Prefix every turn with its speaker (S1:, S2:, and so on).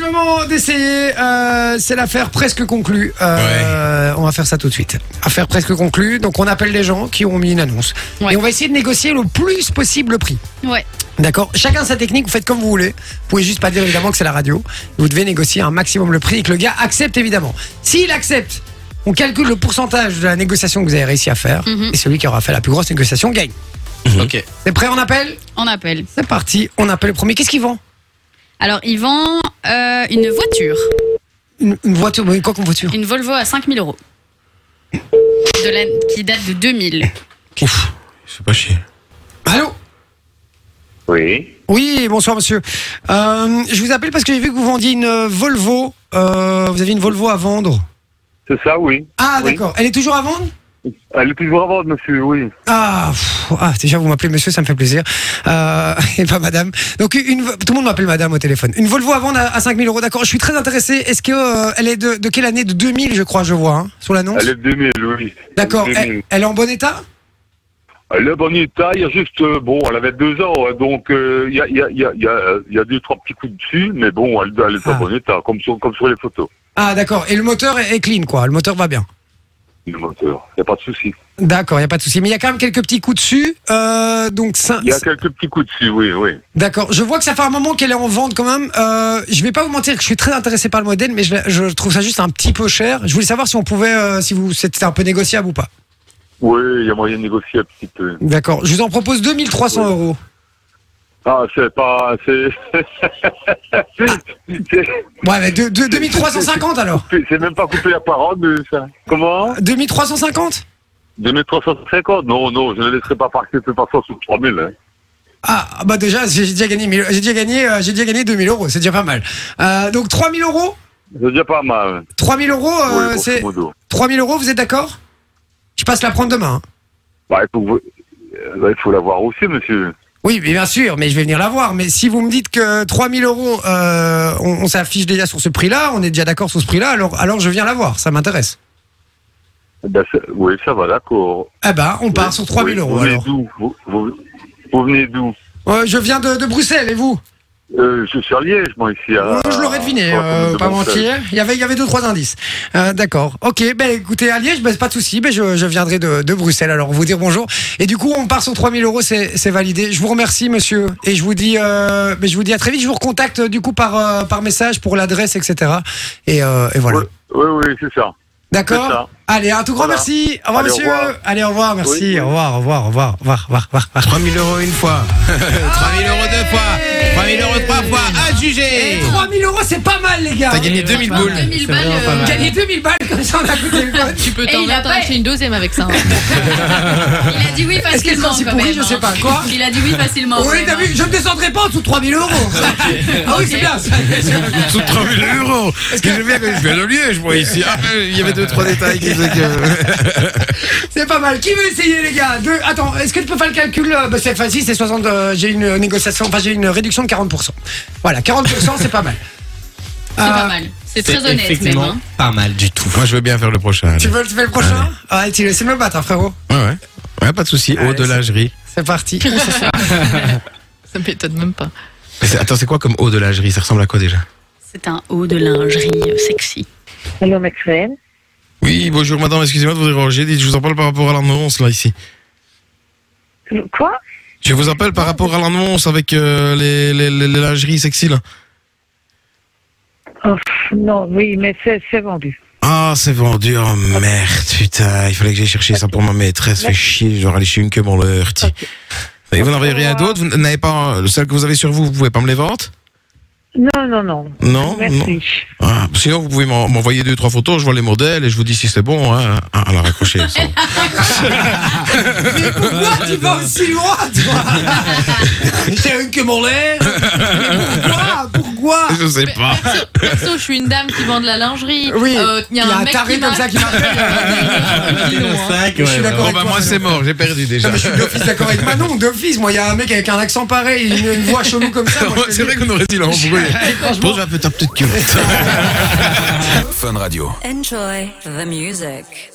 S1: le moment d'essayer. euh, c'est l'affaire presque conclue. Euh, On va faire ça tout de suite. Affaire presque conclue. Donc on appelle les gens qui ont mis une annonce.
S2: Ouais.
S1: Et on va essayer de négocier le plus possible le prix.
S2: Ouais.
S1: D'accord Chacun sa technique, vous faites comme vous voulez. Vous pouvez juste pas dire évidemment que c'est la radio. Vous devez négocier un maximum le prix et que le gars accepte évidemment. S'il accepte, on calcule le pourcentage de la négociation que vous avez réussi à faire.
S2: Mhm.
S1: Et celui qui aura fait la plus grosse négociation gagne.
S3: Ok.
S1: C'est prêt, on appelle
S2: On appelle.
S1: C'est parti, on appelle le premier. Qu'est-ce qu'il vend
S2: Alors, il vend euh, une voiture,
S1: une, une voiture, mais quoi comme voiture
S2: une Volvo à 5000 euros. De la- qui date de 2000.
S3: Ouf. C'est pas chier.
S1: Allô
S4: Oui,
S1: Oui, bonsoir monsieur. Euh, je vous appelle parce que j'ai vu que vous vendiez une euh, Volvo. Euh, vous avez une Volvo à vendre.
S4: c'est ça, oui.
S1: Ah
S4: Oui.
S1: d'accord, elle est toujours à vendre
S4: Elle est toujours à vendre, monsieur, oui.
S1: ah, pff, ah, déjà vous m'appelez monsieur, ça me fait plaisir. Euh, et pas madame. Donc une, tout le monde m'appelle madame au téléphone. Une Volvo à vendre à, 5000 euros, d'accord. Je suis très intéressé. Est-ce que euh, elle est de, de quelle année De 2000 je crois, je vois, hein, sur l'annonce.
S4: Elle est de 2000, oui.
S1: D'accord. Eh.
S4: 2000.
S1: Elle, elle est en bon état
S4: Elle est bonne taille, juste, euh, bon, elle avait deux ans, hein, donc il y, a, y, a, y, a, y, a, y a deux, trois petits coups dessus, mais bon, elle, elle est
S1: Ah.
S4: en bon état, comme sur, comme sur les photos,
S1: Ah d'accord. Et le moteur est, est clean quoi. Le moteur va bien.
S4: le moteur. Il n'y a pas de souci.
S1: D'accord, il y a pas de souci. Mais il y a quand même quelques petits coups dessus. Euh, donc ça.
S4: Il y a quelques petits coups dessus, oui, oui.
S1: D'accord. Je vois que ça fait un moment qu'elle est en vente quand même. Euh, je vais pas vous mentir que je suis très intéressé par le modèle, mais je, je trouve ça juste un petit peu cher. Je voulais savoir si on pouvait, euh, si vous c'était un peu négociable ou pas.
S4: Oui, il y a moyen de négocier un petit peu.
S1: D'accord. Je vous en propose 2300 euros.
S4: Ah, c'est pas... C'est c'est-
S1: Ouais, mais de- de- 2350 alors.
S4: c'est même pas coupé la parole, mais ça... Comment
S1: 2350
S4: 2350 Non, non, je ne laisserai pas partir de toute façon sous 3000, hein.
S1: Ah bah déjà j'ai j'ai déjà gagné mille- j'ai déjà gagné euh, j'ai déjà gagné 2000 euros. C'est déjà pas mal. Euh, donc 3000 euros.
S4: C'est déjà pas mal.
S1: 3000 euros.
S4: Oui,
S1: euh,
S4: grosso
S1: c'est
S4: modo.
S1: 3000 euros. Vous êtes d'accord Je passe la prendre demain. hein.
S4: Bah, il faut, vous- euh, bah, il faut l'avoir aussi, monsieur.
S1: Oui, mais bien sûr, mais je vais venir la voir. Mais si vous me dites que 3000 euros, euh, on, on s'affiche déjà sur ce prix-là, on est déjà d'accord sur ce prix-là, alors, alors je viens la voir, ça m'intéresse.
S4: Eh ben, ça- oui, ça va, d'accord.
S1: Eh ben, on part
S4: Oui,
S1: sur 3000
S4: oui.
S1: euros
S4: Vous venez
S1: alors.
S4: d'où vous, vous- vous venez d'où
S1: Euh, je viens de, de Bruxelles, et vous
S4: euh, Je suis à Liège, moi, ici. À,
S1: Oui, Je l'aurais deviné,
S4: à la commune
S1: euh,
S4: Euh, oh, de
S1: pas
S4: Bruxelles.
S1: mentir. Il y avait, il y avait deux, trois indices. Euh, d'accord. Ok, ben écoutez, à Liège, ben, pas de souci, ben, je, je viendrai de, de Bruxelles alors vous dire bonjour. Et du coup, on part sur 3000 euros, c'est c'est validé. Je vous remercie, monsieur, et je vous dis, euh, ben, je vous dis à très vite. Je vous recontacte euh, du coup par, euh, par message pour l'adresse, etc. Et, euh, et voilà.
S4: Oui, oui, oui, c'est ça. C'est
S1: D'accord
S4: ça.
S1: Allez, un tout grand
S4: Voilà.
S1: merci. Au revoir,
S4: Allez, au
S1: monsieur.
S4: revoir.
S1: Allez, au revoir, merci.
S4: Oui, oui.
S1: Au revoir, au revoir, au revoir, au revoir, au revoir, au revoir.
S3: 3000 euros une fois. 3000 euros deux fois. 3000 euros trois fois. À
S1: Et
S3: juger.
S1: 3000 euros, c'est pas mal, les gars.
S3: T'as gagné 2000 boules.
S2: 2000
S5: C'est
S2: balles.
S5: vraiment pas
S2: euh,
S5: mal.
S1: Gagner 2000 balles comme ça, on a coûté le pote.
S5: Tu peux
S2: Et
S5: t'en
S2: il a
S5: t'en
S2: pas-
S5: acheter une deuxième avec ça. hein.
S2: hein. Il a dit oui
S1: Est-ce qu'elle
S2: facilement.
S1: s'en s'est
S2: quand
S1: pourrie
S2: même,
S1: Je sais
S2: hein.
S1: pas. Quoi
S2: Il a dit oui facilement.
S1: Oui,
S2: quand
S1: t'as
S2: même,
S1: vu,
S2: hein.
S1: je ne descendrai pas en dessous de 3000 euros. Ah oui, c'est
S2: Ok.
S1: bien. ça.
S3: Sous 3000 euros. Parce que je viens, je viens de Liège, moi, ici. Ah, il y avait deux, trois détails qui faisaient que.
S1: C'est pas mal. Qui veut essayer, les gars Deux- Attends, est-ce que tu peux faire le calcul euh, bah, C'est facile, c'est 60. euh, j'ai une négociation, enfin, j'ai une réduction de 40%. Voilà, 40%, c'est pas mal.
S2: C'est
S1: Euh,
S2: pas mal. C'est très honnête même.
S5: effectivement
S2: hein.
S5: pas mal du tout.
S3: Moi, je veux bien faire le prochain.
S1: Tu veux, tu fais le prochain Ah, tu laisses me battre, hein, frérot.
S3: Ouais, ouais. Ouais, pas de souci.
S1: Allez,
S3: Haut de
S1: c'est-
S3: lingerie.
S1: C'est parti.
S5: Ça m'étonne même pas.
S3: Mais c'est- Attends, c'est quoi comme haut de lingerie Ça ressemble à quoi déjà
S2: C'est un haut de lingerie euh, sexy.
S6: Allô, Maxwell
S3: Oui, bonjour madame, excusez-moi de vous déranger. Dites, Je vous en parle par rapport à l'annonce là ici.
S6: Quoi
S3: Je vous appelle par rapport à l'annonce avec euh, les, les, les- les lingeries sexy là.
S6: Oh, pff, Non, oui, mais c'est c'est vendu.
S3: Ah, c'est vendu, oh merde, putain, il fallait que j'aille chercher ça pour ma maîtresse, fait chier, genre aller chez une que mon leur ti. Et vous n'avez rien d'autre Vous n'avez pas, le seul que vous avez sur vous, vous pouvez pas me les vendre
S6: Non, non, non.
S3: Non, non.
S6: Merci.
S3: Ah, sinon, vous pouvez m'en- m'envoyer deux, trois photos, je vois les modèles et je vous dis si c'est bon, hein. Ah, elle a raccroché. ça.
S1: Mais pourquoi tu vas aussi loin, toi J'ai une que mon lait. Pourquoi Pourquoi
S3: je sais pas.
S5: Perso, perso, je suis une dame qui vend de la lingerie.
S1: Oui,
S5: Euh, il y a un, mec
S1: taré
S5: qui
S1: comme ça qui m'appelle. Je suis d'accord
S3: Bon,
S1: avec
S3: bah,
S1: toi.
S3: moi, c'est mort, j'ai perdu déjà.
S1: Non, Ah, mais je suis d'office d'accord avec Manon, d'office. Moi, il y a un mec avec un accent pareil, une, une voix chelou comme ça. moi, je te
S3: C'est
S1: dis-
S3: vrai qu'on aurait dit l'embrouille. Pose un peu ta petite culotte.
S7: Enjoy the music.